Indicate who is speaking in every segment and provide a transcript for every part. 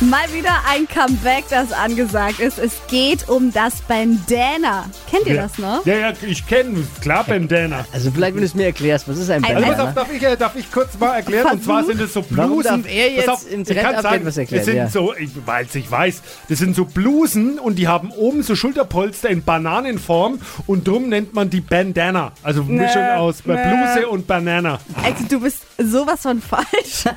Speaker 1: Mal wieder ein Comeback, das angesagt ist. Es geht um das Bandana. Kennt ihr das noch?
Speaker 2: Ja, ja, ich kenne, klar, Bandana.
Speaker 3: Also vielleicht, wenn du es mir erklärst, was ist ein
Speaker 1: Also
Speaker 2: Also pass auf,
Speaker 3: Bandana?
Speaker 2: darf ich, äh, darf ich kurz mal erklären? Und zwar sind es so Blusen.
Speaker 3: Warum darf er jetzt
Speaker 2: Pass auf,
Speaker 3: im
Speaker 2: ich kann's
Speaker 3: Trend-Update
Speaker 2: sagen.
Speaker 3: was erklären?
Speaker 2: Es sind
Speaker 3: Ja.
Speaker 2: so, weil ich weiß, das sind so Blusen und die haben oben so Schulterpolster in Bananenform und drum nennt man die Bandana. Also Mischung aus
Speaker 1: nee.
Speaker 2: Bluse und Banana.
Speaker 1: Also du bist sowas von falsch. so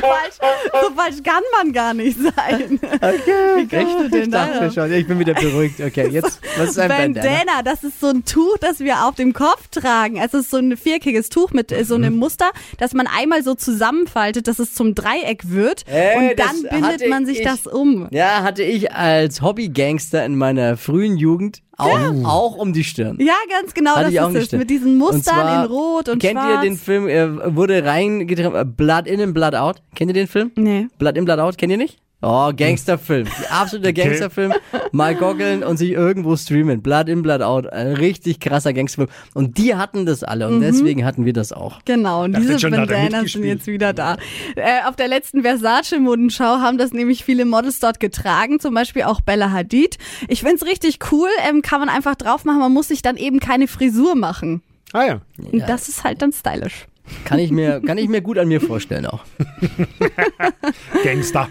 Speaker 1: falsch. So falsch kann man gar nicht sein.
Speaker 3: Okay,
Speaker 1: kann man
Speaker 3: echt? Ich dachte
Speaker 1: Bandana?
Speaker 3: mir schon. Ja, Ich bin wieder beruhigt. Okay, jetzt, was ist ein Bandana?
Speaker 1: Bandana, das ist so ein Tuch, das wir auf dem Kopf tragen. Also es ist so ein vierkeckiges Tuch mit äh, so einem Muster, das man einmal so zusammenfaltet, dass es zum Dreieck wird.
Speaker 3: Äh,
Speaker 1: und
Speaker 3: das
Speaker 1: dann bindet
Speaker 3: hatte
Speaker 1: man sich
Speaker 3: ich-
Speaker 1: das um.
Speaker 3: Ja, hatte ich als Hobbygangster in meiner frühen Jugend auch, auch um die Stirn.
Speaker 1: Ja, ganz genau,
Speaker 3: Hatte
Speaker 1: das
Speaker 3: ich auch
Speaker 1: ist
Speaker 3: nicht.
Speaker 1: es. Mit diesen Mustern
Speaker 3: Und zwar,
Speaker 1: in Rot und
Speaker 3: Kennt
Speaker 1: Schwarz.
Speaker 3: ihr den Film, äh, wurde reingetrieben, äh, Blood in and Blood out? Kennt ihr den Film?
Speaker 1: Nee.
Speaker 3: Blood in, Blood out, kennt ihr nicht? Oh, Gangsterfilm. Absoluter Gangsterfilm. Mal goggeln und sich irgendwo streamen. Blood in, Blood out. Ein richtig krasser Gangsterfilm. Und die hatten das alle
Speaker 1: Mhm.
Speaker 3: und deswegen hatten wir das auch.
Speaker 1: Genau, und
Speaker 2: Dachte
Speaker 1: diese
Speaker 2: schon, da hat er
Speaker 1: Bandanas sind
Speaker 2: mitgespielt.
Speaker 1: jetzt wieder da. Äh, auf der letzten Versace-Modenschau haben das nämlich viele Models dort getragen, zum Beispiel auch Bella Hadid. Ich find's richtig cool, ähm, kann man einfach drauf machen, man muss sich dann eben keine Frisur machen.
Speaker 2: Ah ja.
Speaker 1: Und das ist halt dann stylisch.
Speaker 3: Kann ich mir, kann ich mir gut an mir vorstellen auch.
Speaker 2: Gangster.